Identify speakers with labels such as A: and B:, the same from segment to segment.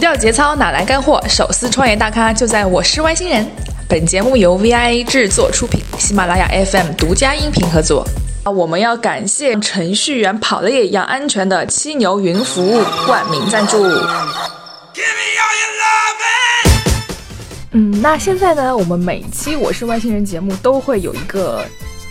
A: 掉节操哪来干货？手撕创业大咖就在我是外星人。本节目由 VIA 制作出品，喜马拉雅 FM 独家音频合作。啊，我们要感谢程序员跑得也一样安全的七牛云服务冠名赞助。嗯，那现在呢，我们每期《我是外星人》节目都会有一个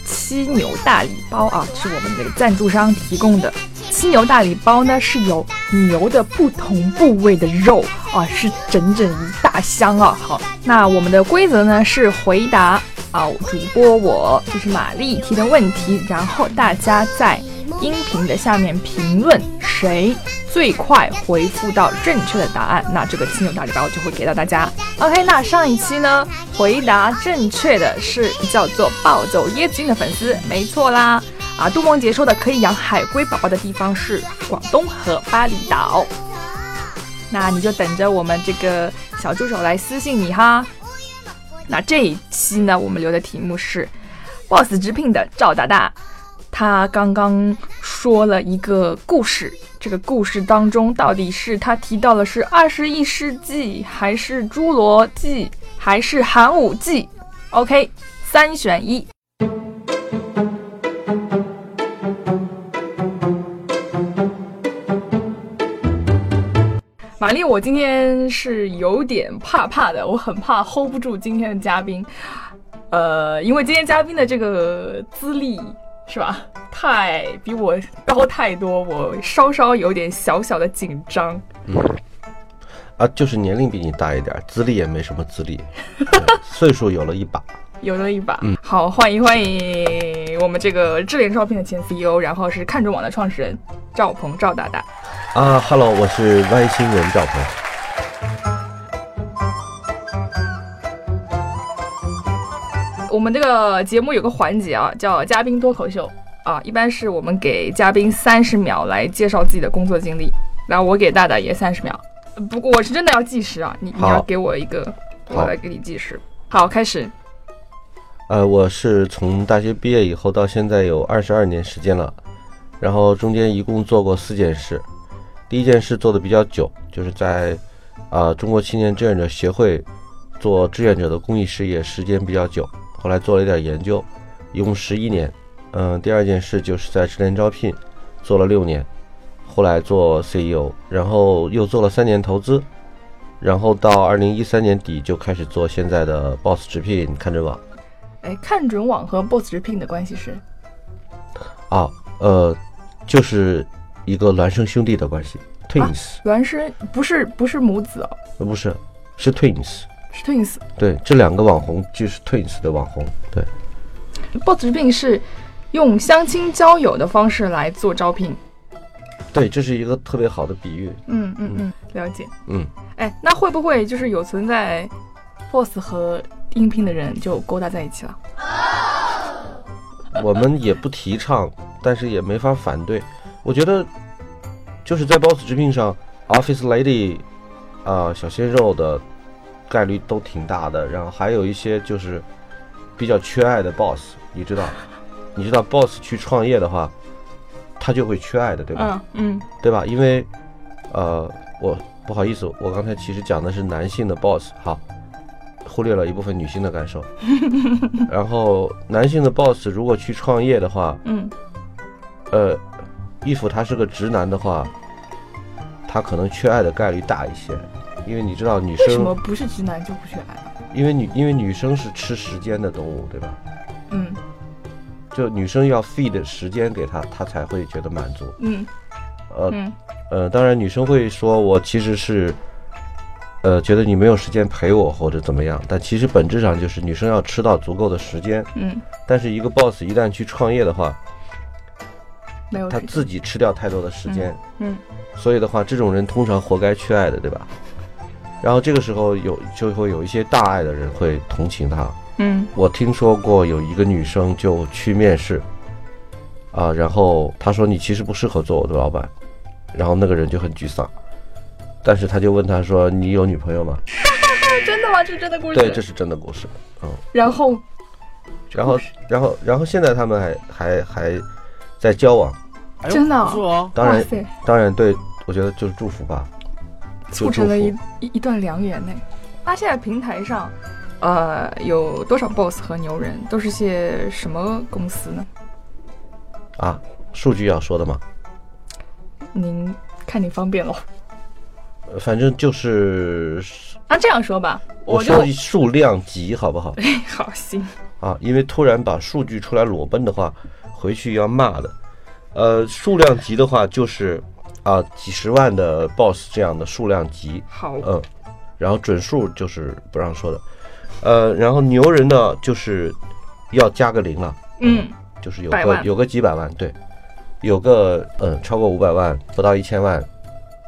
A: 七牛大礼包啊，是我们这个赞助商提供的。七牛大礼包呢是有牛的不同部位的肉啊，是整整一大箱啊。好，那我们的规则呢是回答啊主播我就是玛丽提的问题，然后大家在音频的下面评论谁最快回复到正确的答案，那这个七牛大礼包就会给到大家。OK，那上一期呢回答正确的是叫做暴走椰子君的粉丝，没错啦。啊，杜梦洁说的可以养海龟宝宝的地方是广东和巴厘岛。那你就等着我们这个小助手来私信你哈。那这一期呢，我们留的题目是 “boss 直聘”的赵大大，他刚刚说了一个故事，这个故事当中到底是他提到了是二十一世纪，还是侏罗纪，还是寒武纪？OK，三选一。玛丽，我今天是有点怕怕的，我很怕 hold 不住今天的嘉宾，呃，因为今天嘉宾的这个资历是吧，太比我高太多，我稍稍有点小小的紧张。
B: 啊，就是年龄比你大一点儿，资历也没什么资历，对岁数有了一把。
A: 有了一把。好，欢迎欢迎我们这个智联招聘的前 CEO，然后是看中网的创始人赵鹏赵大大。
B: 啊哈喽，我是外星人赵鹏。
A: 我们这个节目有个环节啊，叫嘉宾脱口秀啊，一般是我们给嘉宾三十秒来介绍自己的工作经历，然后我给大大也三十秒。呃不过我是真的要计时啊，你你
B: 好
A: 要给我一个，我
B: 好
A: 来给你计时。好，开始。
B: 呃，我是从大学毕业以后到现在有二十二年时间了，然后中间一共做过四件事。第一件事做的比较久，就是在啊、中国青年志愿者协会做志愿者的公益事业，时间比较久。后来做了一点研究，一共十一年。嗯、第二件事就是在智联招聘做了六年，后来做 CEO，然后又做了三年投资，然后到二零一三年底就开始做现在的 Boss 直聘看着网。
A: 哎，看准网和 Boss 直聘的关系是
B: 啊，呃，就是一个孪生兄弟的关系，twins，、
A: 孪生，不是不是母子哦，
B: 呃不是，是 twins。
A: 是 twins。
B: 对，这两个网红就是 twins 的网红。对，
A: Boss 直聘是用相亲交友的方式来做招聘。
B: 对，这是一个特别好的比喻。
A: 嗯嗯嗯，了解。
B: 嗯，
A: 哎，那会不会就是有存在 boss 和应聘的人就勾搭在一起了？
B: 我们也不提倡，但是也没法反对。我觉得，就是在 boss 直聘上，office lady，啊、小鲜肉的概率都挺大的。然后还有一些就是比较缺爱的 boss，你知道，你知道 boss 去创业的话，他就会缺爱的，对吧？
A: 嗯嗯
B: 对吧？因为，呃，我不好意思，我刚才其实讲的是男性的 boss，好，忽略了一部分女性的 感受。然后，男性的 boss 如果去创业的话，
A: 嗯，
B: 呃，一夫他是个直男的话，他可能缺爱的概率大一些，因为你知道女
A: 为什么
B: 生，
A: 不是直男就不去爱了？
B: 因为女因为女生是吃时间的动物，对吧？
A: 嗯
B: 就女生要 feed 时间给他，他才会觉得满足。
A: 嗯
B: 呃，
A: 嗯
B: 呃，当然女生会说我其实是，呃，觉得你没有时间陪我或者怎么样，但其实本质上就是女生要吃到足够的时间。
A: 嗯，
B: 但是一个 boss 一旦去创业的话，
A: 没有
B: 他
A: 时间
B: 自己吃掉太多的时间，
A: 嗯
B: 所以的话，这种人通常活该缺爱的，对吧？然后这个时候有就会有一些大爱的人会同情他。
A: 嗯
B: 我听说过有一个女生就去面试，啊，然后她说你其实不适合做我的老板，然后那个人就很沮丧，但是他就问她说你有女朋友吗？
A: 哎真的吗？这是真的故事？
B: 对，这是真的故事。
A: 然后
B: 然后，然后，然后现在他们还还还在交往，
A: 真的啊
C: 不错哦。
B: 当
A: 哇
B: 然，
A: 塞，
B: 当然对，我觉得就是祝福吧。就
A: 促
B: 祝
A: 成了一
B: 福。
A: 一一段良缘呢。那现在平台上，呃，有多少 boss 和牛人？都是些什么公司呢？
B: 啊，数据要说的嘛，
A: 您看您方便喽。
B: 呃反正就是
A: 那啊这样说吧，
B: 我
A: 就
B: 说数量级好不好
A: 好心
B: 啊？因为突然把数据出来裸奔的话，回去要骂的。呃，数量级的话就是啊几十万的 boss 这样的数量级，
A: 好，
B: 嗯，然后准数就是不让说的，呃，然后牛人呢就是要加个零了，
A: 嗯，
B: 就是有
A: 百
B: 个
A: 万
B: 有个几百万，对，有个嗯超过五百万，不到一千万，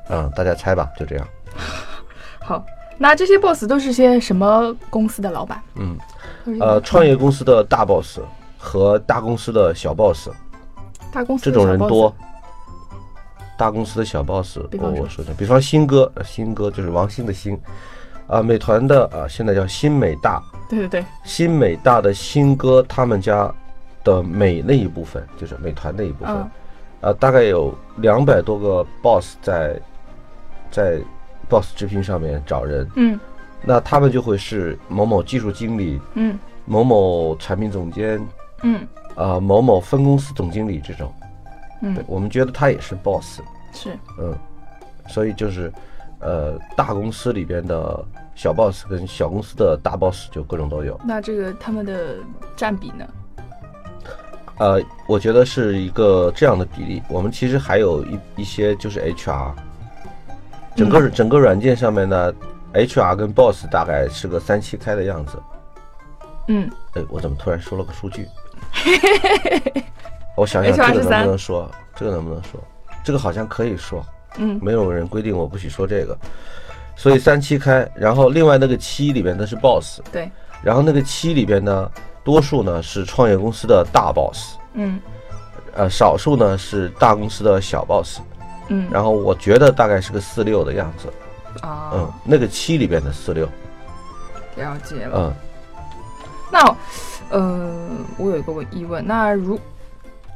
B: 嗯，大家猜吧，就这样。
A: 好。那这些 boss 都是些什么公司的老板？
B: 嗯，
A: 都是
B: 呃，创业公司的大 boss 和大公司的小 boss，
A: 大公司
B: 这
A: 的
B: 种
A: 小
B: 人
A: boss
B: 多。大公司的小 boss，
A: 比
B: 我
A: 方说
B: 我说的，比方新哥，呃新哥就是王兴的兴，啊、美团的啊、现在叫新美大，
A: 对对对，
B: 新美大的新哥他们家的美那一部分，就是美团那一部分，
A: 嗯
B: 呃，大概有两百多个 boss 在在 boss 直聘上面找人，
A: 嗯
B: 那他们就会是某某技术经理、
A: 嗯
B: 某某产品总监
A: 嗯
B: 啊、某某分公司总经理这种，对
A: 嗯，
B: 我们觉得他也是 boss，
A: 是
B: 嗯，所以就是呃大公司里边的小 boss 跟小公司的大 boss 就各种都有。
A: 那这个他们的占比呢？
B: 呃，我觉得是一个这样的比例。我们其实还有一一些就是 HR，
A: 嗯
B: 整个、整个软件上面呢，HR 跟 Boss 大概是个三七开的样子。
A: 嗯，
B: 哎，我怎么突然说了个数 据？我想
A: HR
B: 想，这
A: 是
B: 个能
A: 三
B: 不能说？这个能不能说？这个好像可以说，
A: 嗯，
B: 没有人规定我不许说这个，所以三七开，然后另外那个七里边的是 boss，
A: 对，
B: 然后那个七里边呢，多数呢是创业公司的大 boss，
A: 嗯
B: 呃，少数呢是大公司的小 boss，
A: 嗯
B: 然后我觉得大概是个四六的样子，
A: 啊，
B: 嗯，那个七里边的四六，
A: 了解了。
B: 嗯，
A: 那，呃，我有一个问疑问，那如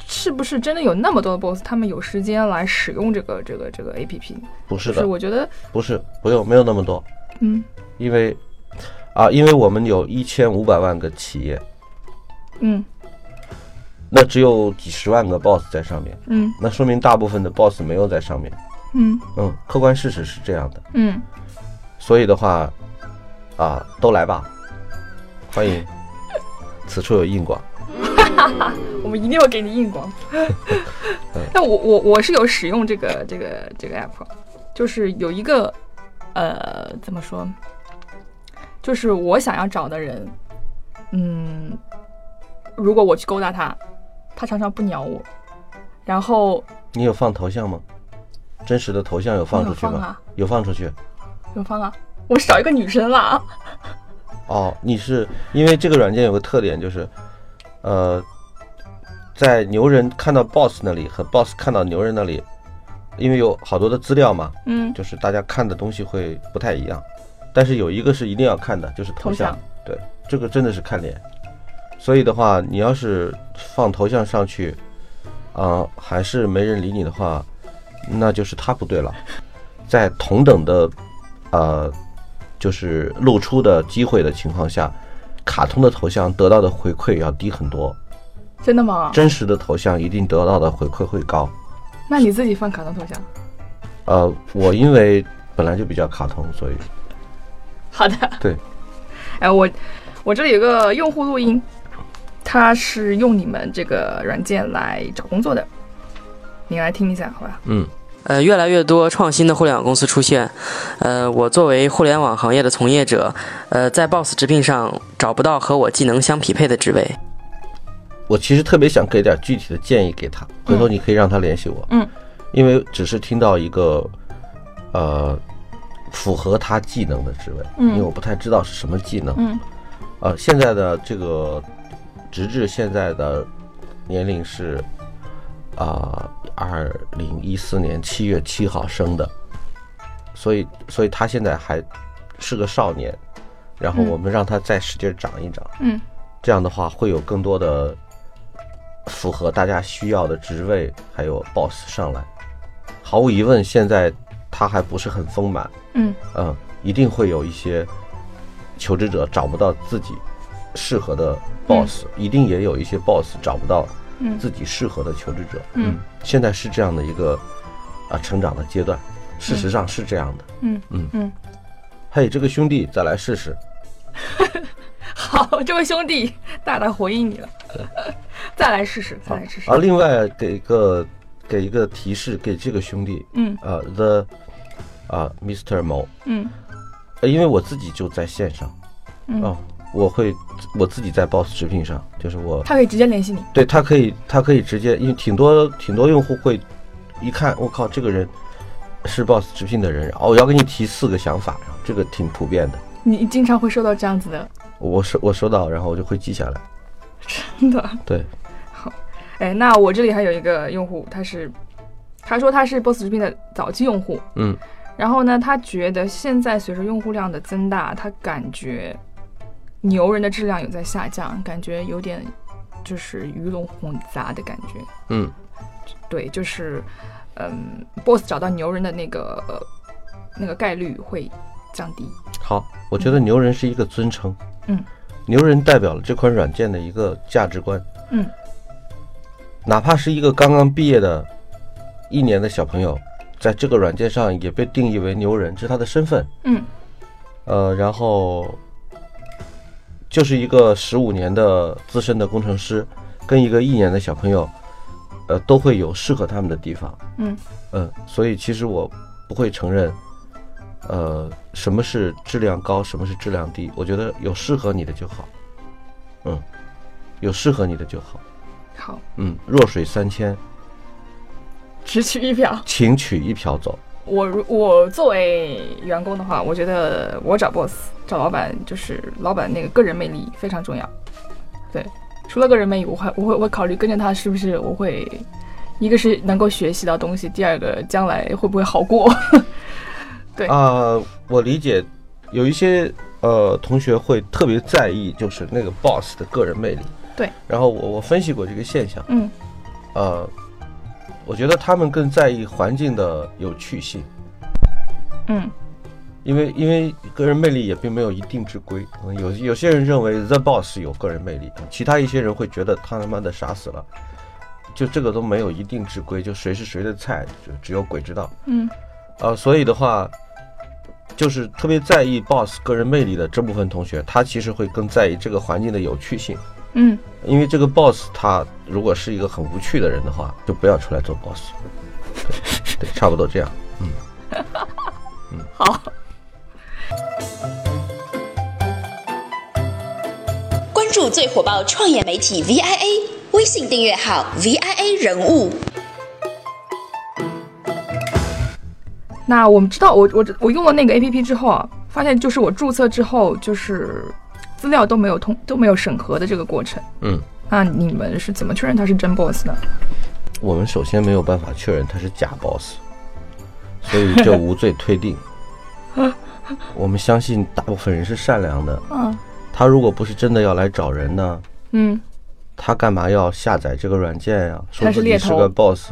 A: 是不是真的有那么多的 boss，他们有时间来使用这个这个这个 A P P？
B: 不是
A: 就是
B: 的，
A: 我觉得，
B: 不是，不用，没有那么多，
A: 嗯
B: 因为啊，因为我们有一千五百万个企业，
A: 嗯
B: 那只有几十万个 boss 在上面，
A: 嗯
B: 那说明大部分的 boss 没有在上面，
A: 嗯
B: 嗯，客观事实是这样的，
A: 嗯，
B: 所以的话，啊，都来吧，欢迎，此处有硬广，
A: 我们一定要给你硬 广。
B: 嗯
A: 那我我我是有使用这个这个这个 app，就是有一个呃怎么说，就是我想要找的人，嗯，如果我去勾搭他，他常常不鸟我，然后
B: 你有放头像吗？真实的头像有放出去
A: 有
B: 吗？
A: 放啊
B: 有放出去。
A: 永芳啊，我找一个女生啦，
B: 哦，你是因为这个软件有个特点就是，呃，在牛人看到 boss 那里和 boss 看到牛人那里，因为有好多的资料嘛，
A: 嗯，
B: 就是大家看的东西会不太一样，但是有一个是一定要看的，就是头
A: 头
B: 像。
A: 像
B: 对，这个真的是看脸。所以的话，你要是放头像上去，啊、还是没人理你的话，那就是他不对了。在同等的，呃，就是露出的机会的情况下，卡通的头像得到的回馈要低很多，
A: 真的吗？
B: 真实的头像一定得到的回馈会高。
A: 那你自己放卡通头像。
B: 呃，我因为本来就比较卡通，所以
A: 好的。
B: 对。
A: 哎，我我这里有个用户录音，他是用你们这个软件来找工作的，你来听一下，好吧？
B: 嗯。
C: 呃，越来越多创新的互联网公司出现。呃，我作为互联网行业的从业者，呃，在 Boss 直聘上找不到和我技能相匹配的职位。
B: 我其实特别想给点具体的建议给他，回头你可以让他联系我。
A: 嗯，
B: 因为只是听到一个，呃，符合他技能的职位，
A: 嗯
B: 因为我不太知道是什么技能。
A: 嗯，
B: 呃，现在的这个，直至现在的年龄是，啊、2二零一四年七月七号生的，所以，所以他现在还是个少年，然后
A: 嗯
B: 我们让他再使劲长一长。
A: 嗯
B: 这样的话会有更多的符合大家需要的职位，还有 boss 上来。毫无疑问，现在它还不是很丰满，
A: 嗯
B: 嗯，一定会有一些求职者找不到自己适合的 boss，、一定也有一些 boss 找不到
A: 嗯
B: 自己适合的求职者。
A: 嗯，
B: 现在是这样的一个啊、成长的阶段，事实上是这样的。
A: 嗯
B: 嗯
A: 嗯，
B: 嘿，这个兄弟，再来试试。
A: 好，这位兄弟，大大回应你了，再来试试，再来试试
B: 啊，，另外给一个给一个提示，给这个兄弟，
A: 嗯
B: 啊 the 啊、Mr 某，
A: 嗯
B: 呃因为我自己就在线上，
A: 嗯
B: 哦，我会我自己在 Boss 直聘上，就是我
A: 他可以直接联系你，
B: 对他可以，他可以直接，因为挺多挺多用户会一看，我靠，这个人是 Boss 直聘的人，然后我要给你提四个想法，然后这个挺普遍的，
A: 你经常会收到这样子的，
B: 我收我收到，然后我就会记下来。
A: 真的。
B: 对，
A: 哎，那我这里还有一个用户，他是他说他是 Boss 直聘的早期用户，
B: 嗯，
A: 然后呢，他觉得现在随着用户量的增大，他感觉牛人的质量有在下降，感觉有点就是鱼龙混杂的感觉。
B: 嗯
A: 对，就是嗯，Boss 找到牛人的那个、呃那个概率会降低。
B: 好，我觉得牛人是一个尊称，
A: 嗯，
B: 牛人代表了这款软件的一个价值观，
A: 嗯，
B: 哪怕是一个刚刚毕业的一年的小朋友，在这个软件上也被定义为牛人，这是他的身份，
A: 嗯
B: 呃，然后就是一个十五年的资深的工程师，跟一个一年的小朋友，呃，都会有适合他们的地方。
A: 嗯
B: 嗯，所以其实我不会承认，呃，什么是质量高，什么是质量低。我觉得有适合你的就好，嗯，有适合你的就好，
A: 好，
B: 嗯，弱水三千，
A: 只取一票。
B: 请取一瓢走。
A: 我如我作为员工的话，我觉得我找 boss 找老板，就是老板那个个人魅力非常重要。对，除了个人魅力，我还我会我会考虑跟着他是不是我会，一个是能够学习到东西，第二个将来会不会好过。 对
B: 啊、我理解，有一些呃同学会特别在意，就是那个 boss 的个人魅力。
A: 对。
B: 然后我我分析过这个现象，
A: 嗯
B: 呃，我觉得他们更在意环境的有趣性，
A: 嗯
B: 因为因为个人魅力也并没有一定之规。嗯有有些人认为 the boss 有个人魅力，其他一些人会觉得他他妈的傻死了。就这个都没有一定之规，就谁是谁的菜，就只有鬼知道。
A: 嗯
B: 呃，所以的话，就是特别在意 boss 个人魅力的这部分同学，他其实会更在意这个环境的有趣性，
A: 嗯，
B: 因为这个 boss 他如果是一个很无趣的人的话，就不要出来做 boss。对，对，差不多这样。
A: 好，
D: 关注最火爆创业媒体 VIA，微信订阅号 VIA 人物。
A: 那我们知道我我我用了那个 A P P 之后啊，发现就是我注册之后就是资料都没有通都没有审核的这个过程。
B: 嗯，
A: 那你们是怎么确认他是真 boss 的？
B: 我们首先没有办法确认他是假 boss，所以就无罪 推定。我们相信大部分人是善良的，
A: 嗯
B: 他如果不是真的要来找人呢，
A: 嗯。
B: 他干嘛要下载这个软件呀、说
A: 他是
B: 自己
A: 猎
B: 是
A: 头
B: 个 boss。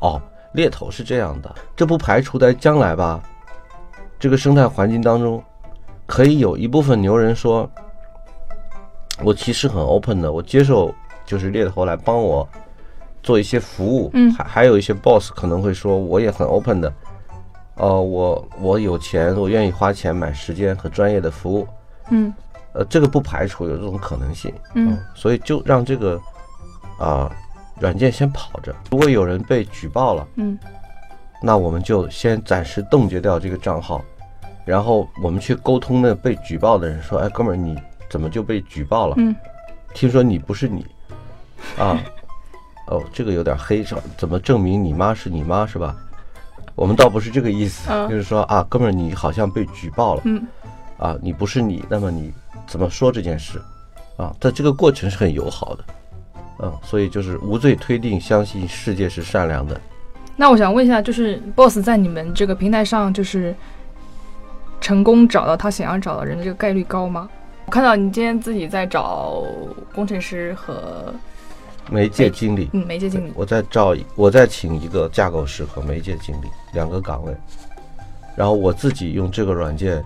B: 哦，猎头是这样的，这不排除在将来吧，这个生态环境当中，可以有一部分牛人说，我其实很 open 的，我接受就是猎头来帮我做一些服务。
A: 嗯
B: 还还有一些 boss 可能会说，我也很 open 的，呃，我我有钱，我愿意花钱买时间和专业的服务。
A: 嗯
B: 呃，这个不排除有这种可能性。呃
A: 嗯
B: 所以就让这个啊、软件先跑着。如果有人被举报了，
A: 嗯
B: 那我们就先暂时冻结掉这个账号，然后我们去沟通那被举报的人，说：“哎，哥们儿，你怎么就被举报了？
A: 嗯
B: 听说你不是你啊？哦，这个有点黑，是吧？怎么证明你妈是你妈是吧？”我们倒不是这个意思，
A: 嗯
B: 就是说啊，哥们儿，你好像被举报了，
A: 嗯
B: 啊，你不是你，那么你怎么说这件事？啊，在这个过程是很友好的，嗯，所以就是无罪推定，相信世界是善良的。
A: 那我想问一下，就是 Boss 在你们这个平台上，就是成功找到他想要找的人的这个概率高吗？我看到你今天自己在找工程师和
B: 媒介
A: 哎
B: 经理，
A: 嗯媒介经理，
B: 我再招一，我再请一个架构师和媒介经理两个岗位，然后我自己用这个软件，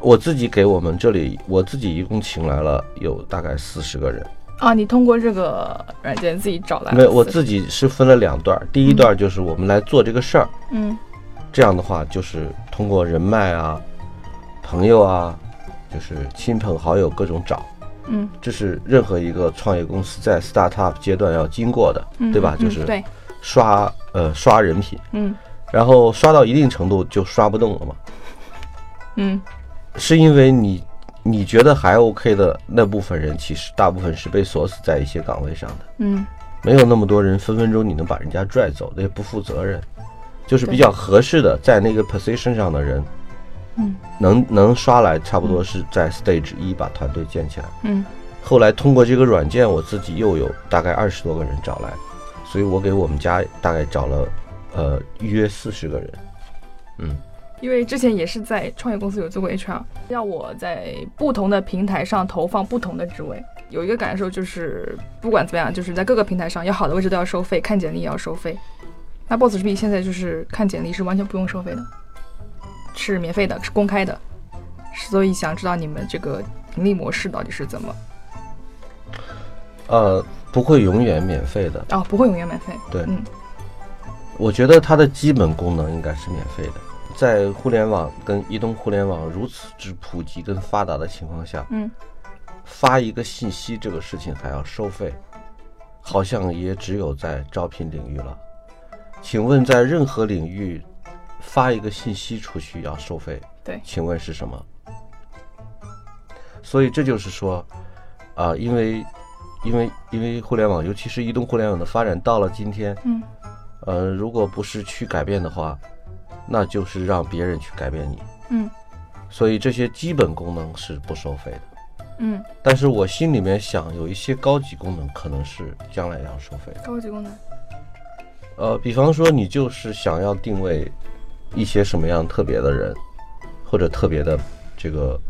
B: 我自己给我们这里，我自己一共请来了有大概四十个人。
A: 啊，你通过这个软件自己找来的
B: 没有，我
A: 私
B: 自己是分了两段儿，第一段儿就是我们来做这个事儿，
A: 嗯
B: 这样的话就是通过人脉啊、朋友啊，就是亲朋好友各种找，
A: 嗯，
B: 这是任何一个创业公司在 startup 阶段要经过的，
A: 嗯
B: 对吧？
A: 嗯
B: 就是
A: 对，
B: 刷呃刷人品，
A: 嗯
B: 然后刷到一定程度就刷不动了嘛，
A: 嗯
B: 是因为你你觉得还 OK 的那部分人，其实大部分是被锁死在一些岗位上的。
A: 嗯
B: 没有那么多人，分分钟你能把人家拽走，那也不负责任。就是
A: 对
B: 比较合适的，在那个 position 上的人，
A: 嗯，
B: 能能刷来，差不多是在 stage 一把团队建起来。
A: 嗯，
B: 后来通过这个软件，我自己又有大概二十多个人找来，所以我给我们家大概找了，呃，约四十个人。嗯，
A: 因为之前也是在创业公司有做过 HR，让我在不同的平台上投放不同的职位。有一个感受就是，不管怎么样，就是在各个平台上，有好的位置都要收费，看简历也要收费。那 Boss B 现在就是看简历是完全不用收费的，是免费的，是公开的。所以想知道你们这个盈利模式到底是怎么？
B: 呃，不会永远免费的，
A: 哦，不会永远免费。
B: 对
A: 嗯
B: 我觉得它的基本功能应该是免费的。在互联网跟移动互联网如此之普及跟发达的情况下，
A: 嗯，
B: 发一个信息这个事情还要收费，好像也只有在招聘领域了。请问在任何领域发一个信息出去要收费？
A: 对
B: 请问是什么？所以这就是说，啊、因为因为因为互联网，尤其是移动互联网的发展到了今天，
A: 嗯，
B: 呃，如果不是去改变的话，那就是让别人去改变你。
A: 嗯
B: 所以这些基本功能是不收费的。
A: 嗯，
B: 但是我心里面想，有一些高级功能可能是将来要收费的。
A: 高级功能。
B: 呃，比方说你就是想要定位一些什么样特别的人，或者特别的这个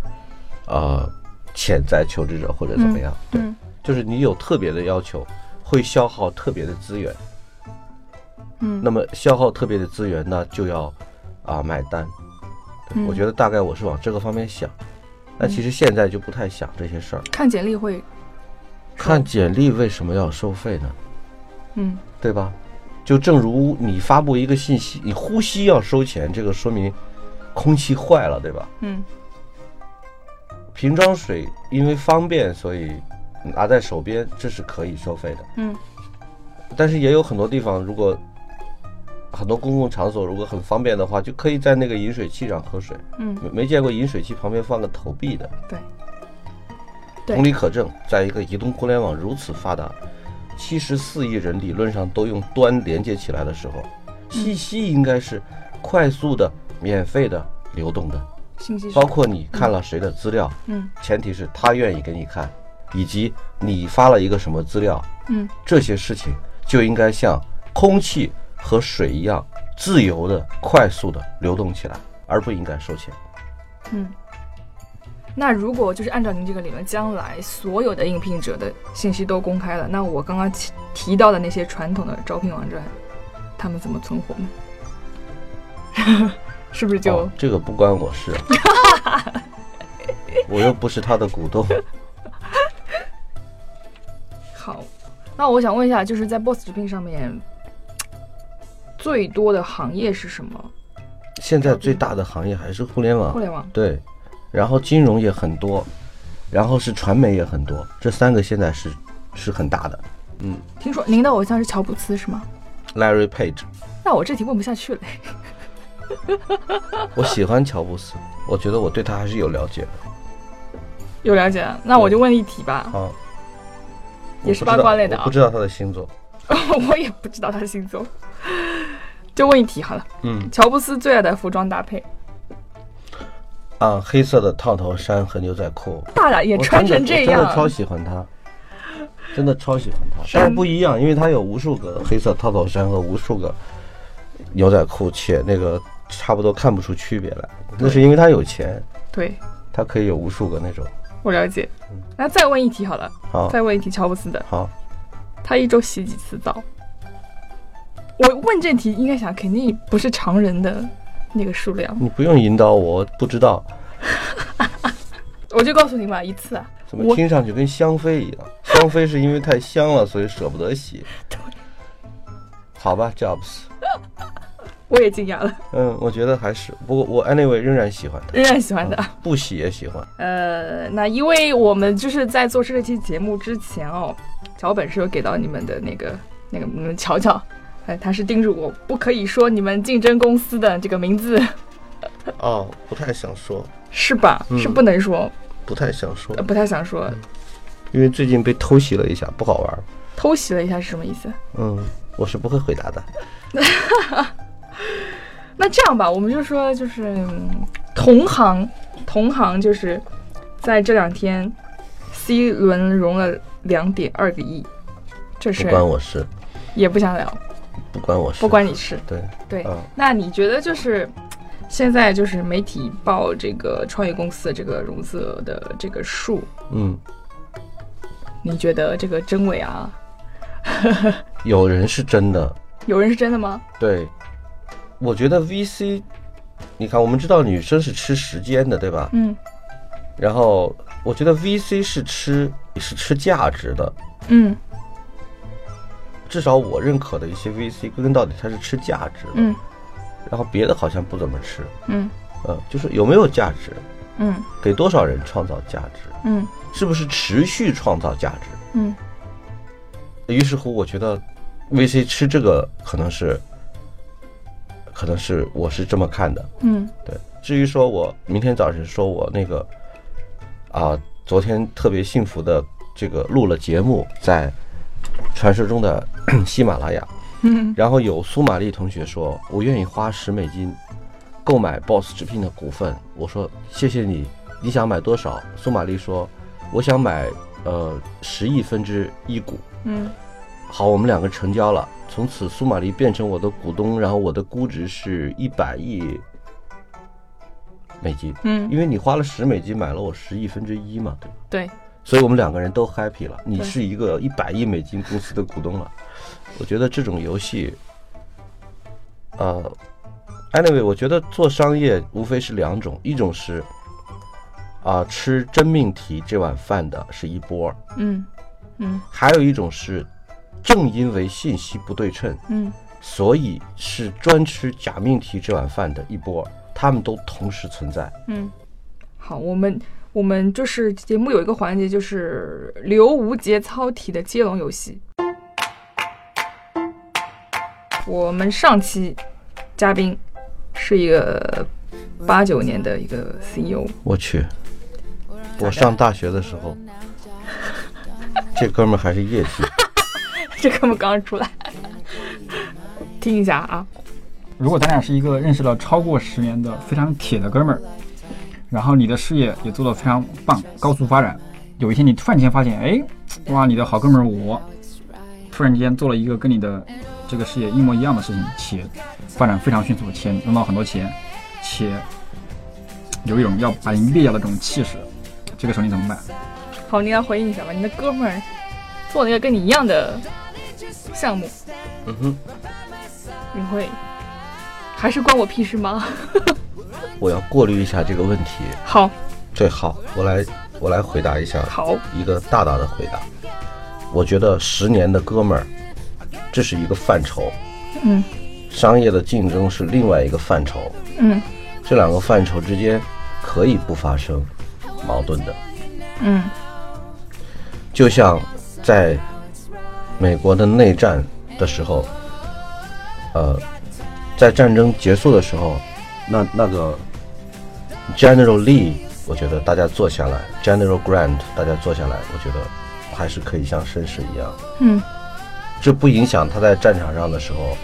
B: 呃潜在求职者或者怎么样，
A: 嗯
B: 对，就是你有特别的要求，会消耗特别的资源。
A: 嗯
B: 那么消耗特别的资源那就要啊、买单。对
A: 嗯
B: 我觉得大概我是往这个方面想，但其实现在就不太想这些事儿。
A: 看简历会，
B: 看简历为什么要收费呢？
A: 嗯
B: 对吧？就正如你发布一个信息，你呼吸要收钱，这个说明空气坏了，对吧？
A: 嗯
B: 瓶装水因为方便，所以拿在手边，这是可以收费的。
A: 嗯
B: 但是也有很多地方，如果很多公共场所如果很方便的话，就可以在那个饮水器上喝水。
A: 嗯，
B: 没没见过饮水器旁边放个投币的。
A: 对。对
B: 同理可证，在一个移动互联网如此发达，七十四亿人理论上都用端连接起来的时候，
A: 嗯
B: 信息应该是快速的、免费的、流动的。
A: 信息是
B: 包括你看了谁的资料，
A: 嗯
B: 前提是他愿意给你看，以及你发了一个什么资料，
A: 嗯
B: 这些事情就应该像空气和水一样自由的、快速的流动起来，而不应该收钱。
A: 嗯。那如果就是按照您这个理论，将来所有的应聘者的信息都公开了，那我刚刚提提到的那些传统的招聘网站，他们怎么存活呢？ 是不是就、
B: 哦、这个不关我 事，我又不是他的股东。
A: 好？那我想问一下，就是在 Boss 直聘上面，最多的行业是什么？
B: 现在最大的行业还是互联网，
A: 互联网
B: 对，然后金融也很多，然后是传媒也很多，这三个现在是是很大的。
A: 听说您的偶像是乔布斯是吗？
B: Larry Page，
A: 那我这题问不下去了。
B: 我喜欢乔布斯，我觉得我对他还是有了解的。
A: 有了解，啊那我就问一题吧。
B: 啊，
A: 也是八卦类的啊
B: 我不知道我不知道他的星座。
A: 我也不知道他的星座，就问一题好了。
B: 嗯
A: 乔布斯最爱的服装搭配，
B: 啊，黑色的套头衫和牛仔裤，
A: 大了也
B: 我
A: 穿
B: 真
A: 成这
B: 的我真的超
A: 样，
B: 喜欢他，真的超喜欢他。但是不一样，因为他有无数个黑色套头衫和无数个牛仔裤，且那个差不多看不出区别来。那是因为他有钱，
A: 对
B: 他可以有无数个那种。
A: 我了解。那再问一题好了，
B: 好，
A: 再问一题乔布斯的，
B: 好，
A: 他一周洗几次澡？我问这题应该想，肯定不是常人的那个数量，
B: 你不用引导我，我不知道，
A: 我就告诉你嘛，一次啊，
B: 怎么
A: 我
B: 听上去跟香妃 一样？香妃是因为太香了，所以舍不得洗。好吧，Jobs，
A: 我也惊讶了，
B: 嗯，我觉得还是，不过我 anyway 仍然喜欢他，
A: 仍然喜欢的。
B: 不洗也喜欢。
A: 呃，那因为我们就是在做这期节目之前哦，脚本是有给到你们的那个那个，你们瞧瞧，哎，他是叮嘱我不可以说你们竞争公司的这个名字，
B: 哦，不太想说，
A: 是吧？
B: 嗯
A: 是不能说，
B: 不太想说
A: 呃，不太想说。
B: 因为最近被偷袭了一下，不好玩。
A: 偷袭了一下是什么意思？
B: 嗯，我是不会回答的。
A: 那这样吧，我们就说就是、嗯同行，同行就是在这两天，C 轮融了两点二个亿，这
B: 不
A: 事
B: 关
A: 儿
B: 我事，
A: 也不想聊，
B: 不关我事，
A: 不关你事。
B: 对，
A: 对，
B: 嗯
A: 那你觉得就是现在就是媒体报这个创业公司的这个融资额的这个数，
B: 嗯，
A: 你觉得这个真伪啊？
B: 有人是真的，
A: 有人是真的吗？
B: 对，我觉得 VC，你看，我们知道女生是吃时间的，对吧？
A: 嗯
B: 然后我觉得 VC 是吃是吃价值的，
A: 嗯
B: 至少我认可的一些 VC，归根到底它是吃价值的，
A: 嗯
B: 然后别的好像不怎么吃，
A: 嗯
B: 呃，就是有没有价值，
A: 嗯
B: 给多少人创造价值，
A: 嗯
B: 是不是持续创造价值？
A: 嗯
B: 于是乎，我觉得 VC 吃这个可能是，可能是我是这么看的。
A: 嗯
B: 对，至于说我明天早晨说我那个啊，昨天特别幸福的这个录了节目，在传说中的 喜马拉雅，
A: 嗯
B: 然后有苏玛丽同学说，我愿意花十美金购买 Boss 直聘的股份，我说谢谢你，你想买多少？苏玛丽说，我想买呃十亿分之一股。
A: 嗯
B: 好，我们两个成交了。从此，苏玛丽变成我的股东，然后我的估值是一百亿美金，
A: 嗯，
B: 因为你花了十美金买了我十亿分之一嘛，对吧？
A: 对，
B: 所以我们两个人都 happy 了。你
A: 对
B: 是一个一百亿美金公司的股东了。我觉得这种游戏，呃，anyway，我觉得做商业无非是两种，一种是啊、吃真命题这碗饭的是一波儿，
A: 嗯嗯
B: 还有一种是，正因为信息不对称，
A: 嗯
B: 所以是专吃假命题这碗饭的一波，他们都同时存在。
A: 嗯，好，我们。我们就是节目有一个环节，就是刘无节操题的接龙游戏。我们上期嘉宾是一个八九年的一个 E CEO，
B: 我去，我上大学的时候，这哥们儿还是业绩。
A: 这哥们刚刚出来，听一下啊，
E: 如果咱俩是一个认识了超过十年的非常铁的哥们儿，然后你的事业也做得非常棒，高速发展，有一天你突然间发现，哎，哇，你的好哥们儿我，突然间做了一个跟你的这个事业一模一样的事情，且发展非常迅速，且弄到很多钱，且有一种要把你灭掉的这种气势，这个时候你怎么办？
A: 好，你来回应一下吧，你的哥们儿做了一个跟你一样的项目，
B: 嗯哼，
A: 你会还是关我屁事吗？
B: 我要过滤一下这个问题。
A: 好，
B: 最好，我来我来回答一下。
A: 好，
B: 一个大大的回答。我觉得十年的哥们儿，这是一个范畴。
A: 嗯，
B: 商业的竞争是另外一个范畴。
A: 嗯
B: 这两个范畴之间可以不发生矛盾的，
A: 嗯
B: 就像在美国的内战的时候，呃，在战争结束的时候，那那个 General Lee，我觉得大家坐下来，General Grant，大家坐下来，我觉得还是可以像绅士一样，
A: 嗯
B: 这不影响他在战场上的时候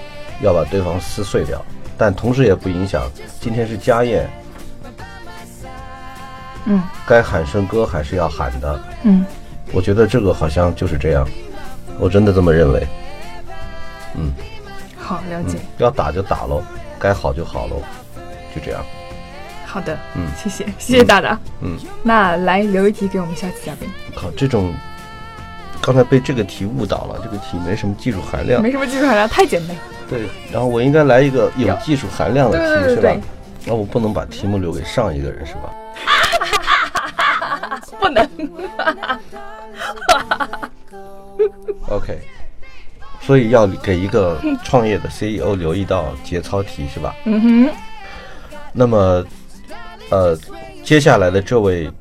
B: 要把对方撕碎掉，但同时也不影响今天是家宴，
A: 嗯
B: 该喊声哥还是要喊的。
A: 嗯，
B: 我觉得这个好像就是这样，我真的这么认为。
A: 好，了解。
B: 要打就打喽，该好就好喽，就这样。
A: 好的，
B: 嗯
A: 谢谢，谢谢大大，
B: 嗯，
A: 那来留一题给我们下期嘉宾，
B: 靠，这种刚才被这个题误导了，这个题没什么技术含量。
A: 没什么技术含量，太简单，
B: 对，然后我应该来一个有技术含量的
A: 对
B: 题，
A: 对对对
B: 是吧？那我不能把题目留给上一个人是吧？
A: 不能
B: OK，所以要给一个创业的 CEO 留一道节操题是吧？嗯哼。那么，呃，接下来的这位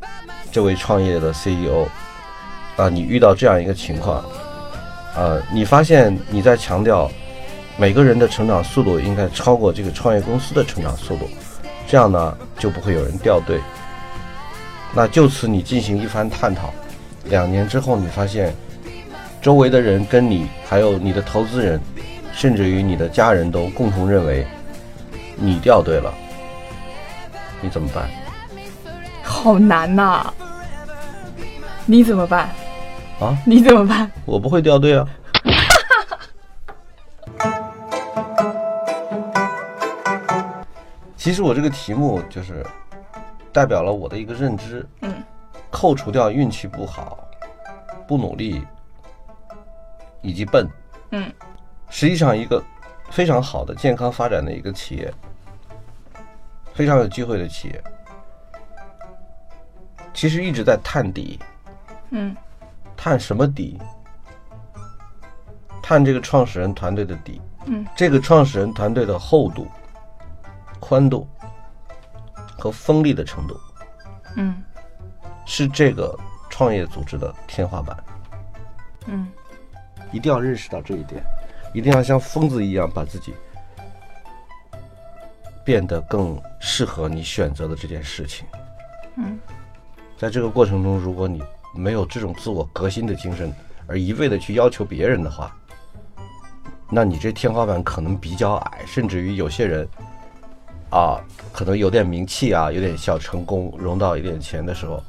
B: 这位创业的 CEO 啊、你遇到这样一个情况，呃，你发现你在强调每个人的成长速度应该超过这个创业公司的成长速度，这样呢就不会有人掉队。那就此你进行一番探讨，两年之后你发现周围的人跟你，还有你的投资人，甚至于你的家人都共同认为你掉队了，你怎么办？
A: 好难呐、你怎么办？
B: 啊，
A: 你怎么办？
B: 我不会掉队啊。 其实我这个题目就是代表了我的一个认知，嗯，扣除掉运气不好、不努力以及笨，
A: 嗯，
B: 实际上一个非常好的健康发展的一个企业，非常有机会的企业，其实一直在探底，
A: 嗯，
B: 探什么底？探这个创始人团队的底，
A: 嗯，
B: 这个创始人团队的厚度、宽度和锋利的程度，
A: 嗯，
B: 是这个创业组织的天花板。
A: 嗯，
B: 一定要认识到这一点，一定要像疯子一样把自己变得更适合你选择的这件事情。嗯，在这个过程中，如果你没有这种自我革新的精神，而一味的去要求别人的话，那你这天花板可能比较矮，甚至于有些人啊，可能有点名气啊，有点小成功，融到一点钱的时候，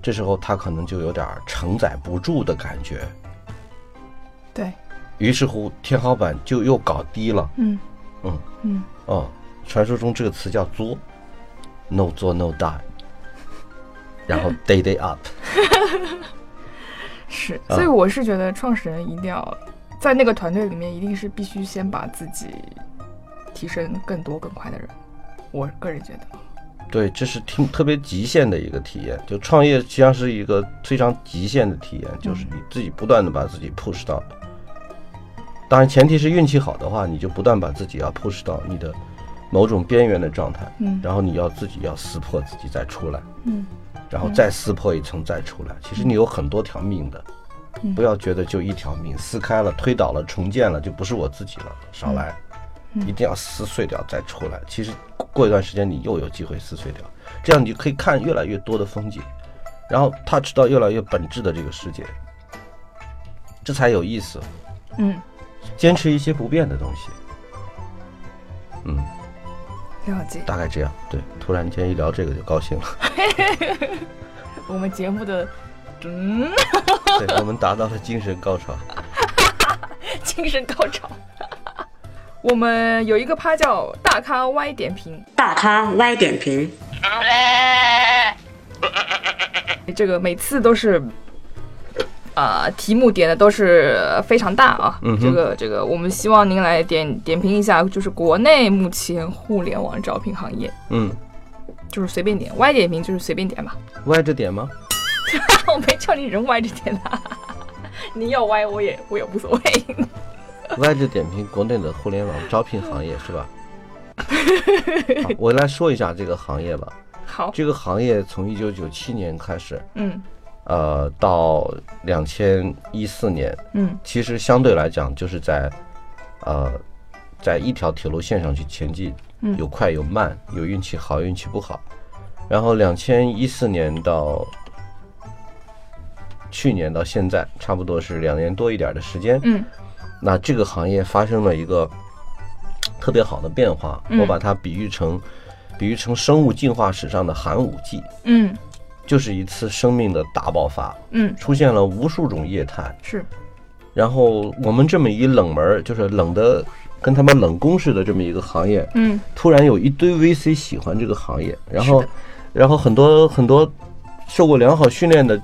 B: 这时候他可能就有点儿承载不住的感觉。
A: 对，
B: 于是乎天花板就又搞低了。
A: 嗯
B: 嗯
A: 嗯
B: 哦，传说中这个词叫“作 ”，no 作 no die，然后 day day up。
A: 是，
B: 啊
A: 所以我是觉得创始人一定要在那个团队里面，一定是必须先把自己提升更多更快的人。我个人觉得，
B: 对，这是挺特别极限的一个体验。就创业实际上是一个非常极限的体验，就是
A: 嗯
B: 你自己不断的把自己 push 到。当然，前提是运气好的话，你就不断把自己要 push 到你的某种边缘的状态，
A: 嗯
B: 然后你要自己要撕破自己再出来，
A: 嗯，
B: 然后再撕破一层再出来。其实你有很多条命的，
A: 嗯
B: 不要觉得就一条命，撕开了、推倒了、重建了，就不是我自己了，少
A: 嗯
B: 来。一定要撕碎掉再出来。其实过一段时间你又有机会撕碎掉，这样你就可以看越来越多的风景，然后 touch 到越来越本质的这个世界，这才有意思。
A: 嗯，
B: 坚持一些不变的东西，嗯，
A: 了解。
B: 大概这样。对，突然间一聊这个就高兴了。
A: 我们节目的嗯
B: 对我们达到了精神高潮。
A: 精神高潮。我们有一个趴叫“大咖歪点评
F: 大咖歪点评，”，
A: 这个每次都是，呃，题目点的都是非常大啊。
B: 嗯哼
A: 这个这个，我们希望您来点点评一下，就是国内目前互联网招聘行业，
B: 嗯，
A: 就是随便点，歪点评就是随便点吧。
B: 歪着点吗？
A: 我没叫你人歪着点啊啦、 你要歪我也我也无所谓。
B: 歪着点评国内的互联网招聘行业是吧？好我来说一下这个行业吧。
A: 好，
B: 这个行业从一九九七年开始，
A: 嗯
B: 呃，到两千一四年，
A: 嗯
B: 其实相对来讲就是在，呃，在一条铁路线上去前进，有快有慢，有运气好，运气不好。然后两千一四年到去年到现在，差不多是两年多一点的时间。
A: 嗯
B: 那这个行业发生了一个特别好的变化，我把它比喻成，比喻成生物进化史上的寒武纪，
A: 嗯
B: 就是一次生命的大爆发，
A: 嗯，
B: 出现了无数种液态。
A: 是，
B: 然后我们这么一冷门儿，就是冷的跟他们冷宫似的这么一个行业，
A: 嗯
B: 突然有一堆 VC 喜欢这个行业，然后，然后很多很多受过良好训练的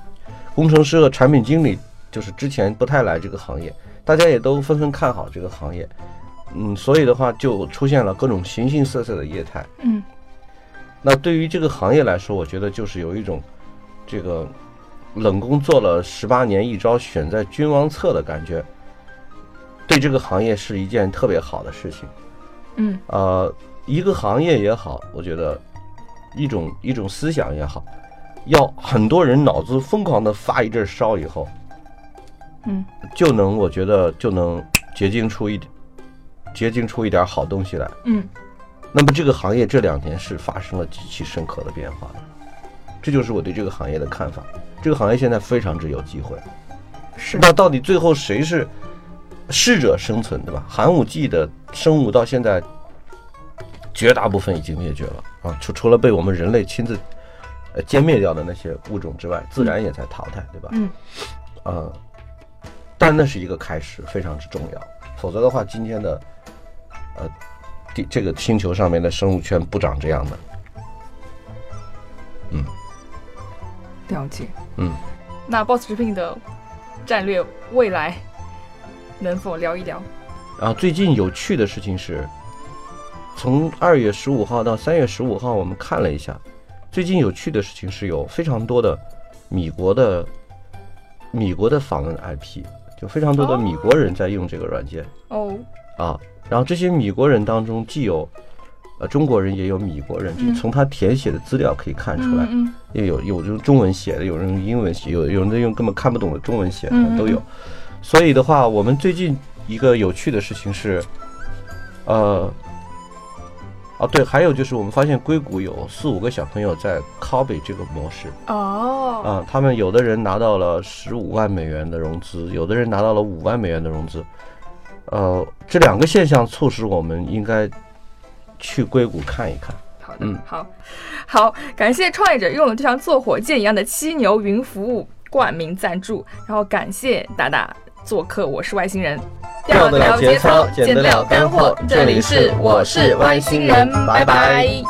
B: 工程师和产品经理，就是之前不太来这个行业，大家也都纷纷看好这个行业，嗯，所以的话就出现了各种形形色色的业态，
A: 嗯
B: 那对于这个行业来说，我觉得就是有一种这个冷宫做了十八年，一朝选在君王侧的感觉，对这个行业是一件特别好的事情。
A: 嗯，
B: 呃，一个行业也好，我觉得一种一种思想也好，要很多人脑子疯狂的发一阵烧以后，
A: 嗯，
B: 就能我觉得就能结晶出一结晶出一点好东西来。
A: 嗯，
B: 那么这个行业这两年是发生了极其深刻的变化的，这就是我对这个行业的看法。这个行业现在非常之有机会。
A: 是
B: 那到底最后谁是适者生存，对吧？寒武纪的生物到现在，绝大部分已经灭绝了啊，除除了被我们人类亲自呃歼灭掉的那些物种之外，自然也在淘汰，对吧？
A: 嗯。
B: 呃，但那是一个开始，非常之重要。否则的话，今天的呃地这个星球上面的生物圈不长这样的。
A: 了解。
B: 嗯，
A: 那 Boss 直聘的战略未来能否聊一聊？
B: 然后啊最近有趣的事情是，从二月十五号到三月十五号，我们看了一下，最近有趣的事情是有非常多的米国的米国的访问 IP，就非常多的米国人在用这个软件
A: 哦，
B: 啊。然后这些米国人当中，既有呃中国人，也有米国人，这从他填写的资料可以看出来。
A: 嗯
B: 也有有人中文写的，有人用英文写，有有人在用根本看不懂的中文写的
A: 嗯嗯
B: 都有。所以的话，我们最近一个有趣的事情是，呃，哦对，还有就是我们发现硅谷有四五个小朋友在 copy 这个模式
A: 嗯，哦，
B: 啊、他们有的人拿到了十五万美元的融资，有的人拿到了五万美元的融资。呃，这两个现象促使我们应该去硅谷看一看。
A: 好的，
B: 嗯
A: 好，好，感谢创业者用了就像坐火箭一样的七牛云服务冠名赞助，然后感谢达达做客《我是外星人》，
B: 要得了节操
A: 减
B: 减得了干货这里是我是外星人拜拜